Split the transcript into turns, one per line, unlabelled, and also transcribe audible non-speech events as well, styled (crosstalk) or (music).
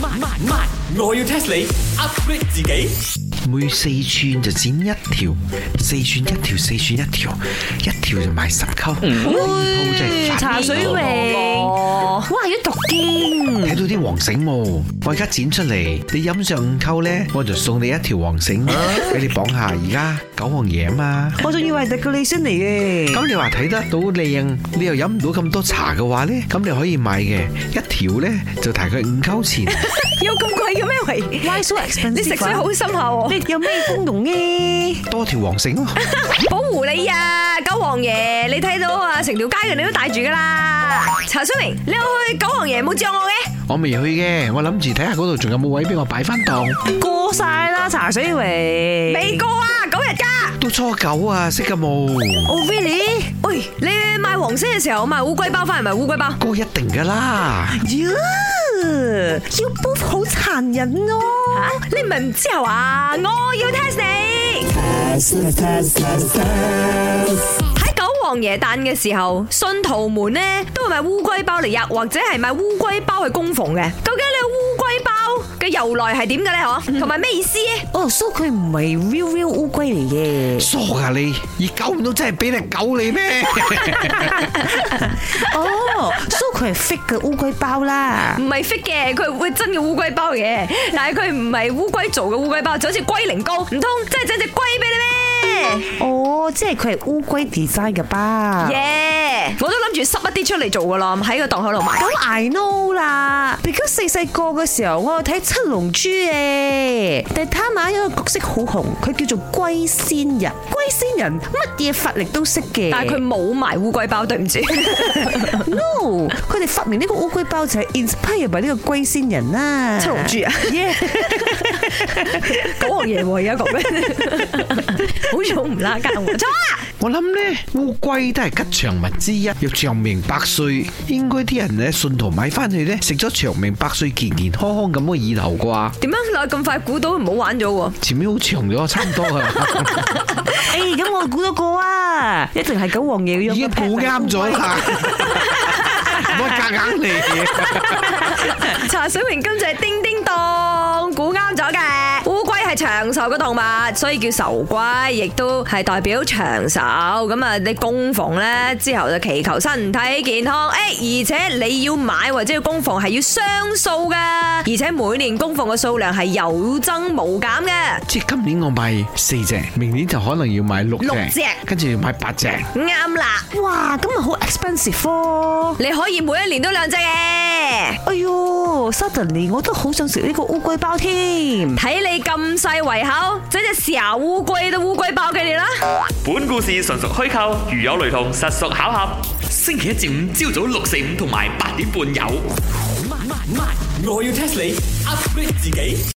慢慢慢，我要 test 你 upgrade 自己。
每四寸就剪一條，四寸一條，四寸一條，一條就賣十溝。鋪真係煩
茶水榮，
Ờ,
哇要讀經，
睇到啲黃繩冇，我而家剪出嚟，你飲上五溝咧，我就送你一條黃繩俾你綁下。而家九皇爺啊嘛，
我仲以為係 decoration 嚟嘅。
咁你話睇得到靚，你又飲唔到咁多茶嘅話咧，咁你可以買嘅一條咧就大概五溝錢。
有咁貴嘅咩？喂，
why so
你
expensive？
食水好
深下喎，
你有咩功用呢？
多條黃
(laughs)
繩咯，
保護你啊，九王爺，你睇到啊，成條街嘅你都戴住噶啦。茶水明，你有去九王爺冇障我嘅？
我未去嘅，我諗住睇下嗰度仲有冇位俾我擺翻檔。
過晒啦，茶水榮。
未過啊，九日噶。
都初九啊，識嘅冇，
Oh really？喂，你買黃色嘅時候買烏龜包翻嚟，咪烏龜包。
嗰個一定噶啦。
呀，要 b 好殘忍咯。
吓，啊你唔係唔知係嘛？我要 test 你。喺九王爺誕嘅時候，信徒們呢都會買烏龜包嚟入，或者係買烏龜包去供奉嘅。究竟你烏龜包嘅由來係點嘅咧？嗬，同埋咩意思咧？
哦，蘇佢唔係 real real 烏龜嚟嘅。
傻噶你，而狗唔到真係俾隻狗你咩？
哦，蘇佢係 fake 嘅烏龜包啦。
唔係 fit 嘅，佢會真嘅烏龜包嘅，但係佢唔係烏龜做嘅烏龜包，就好似龜苓膏，唔通真係整隻龜俾你咩？
哦，即係佢係烏龜 design 嘅包。
耶！我都諗住濕一啲出嚟做噶啦，喺個檔口度賣。
咁 Oh, I know 啦，because 細細個嘅時候我有睇《七龍珠》嘅，但係他馬有一個角色好紅，佢叫做龜仙人。龜仙人乜嘢法力都識嘅，
但係佢冇埋烏龜包，對唔住。
no，佢哋發明呢個烏龜包就係 inspire by 呢個龜仙人啦。
七龍珠啊
Yeah，
(laughs) 九王爺喎，而家講咩？好似好唔拉更喎，錯啊啦！
(laughs) 我諗呢，烏龜都係吉祥物之一，要長命百歲，應該啲人呢，信徒買翻去呢，食咗長命百歲，健健康康咁嘅意頭啩。
點樣你咁快估到唔好玩咗喎？
前面好長咗，差唔多 (laughs) 啊，
誒哎咁我估到個啊，一定係九王爺嘅樣。
已經抱啱咗
Oh
啦。 (laughs) 我夾硬嚟，
茶水明今就係叮叮當，估啱咗嘅。烏龜係長壽嘅動物，所以叫壽龜，亦都係代表長壽。咁啊，你供奉咧之後就祈求身體健康。誒，哎而且你要買或者要供奉係要雙數噶，而且每年供奉嘅數量係有增無減嘅。
即係今年我買四隻，明年就可能要買六隻，
六隻
跟住買八隻。
啱啦，
哇，咁啊咪好 expensive 咯。
你可以每一年都兩隻嘅。
哎呦，suddenly 我都好想食呢個烏龜包添。
睇你咁細胃口，整隻小烏龜都烏龜包俾你啦！
本故事純屬虛構，如有雷同，實屬巧合。星期一至五朝早六四五同埋八點半有。
慢慢慢，我要 test 你 upgrade 自己。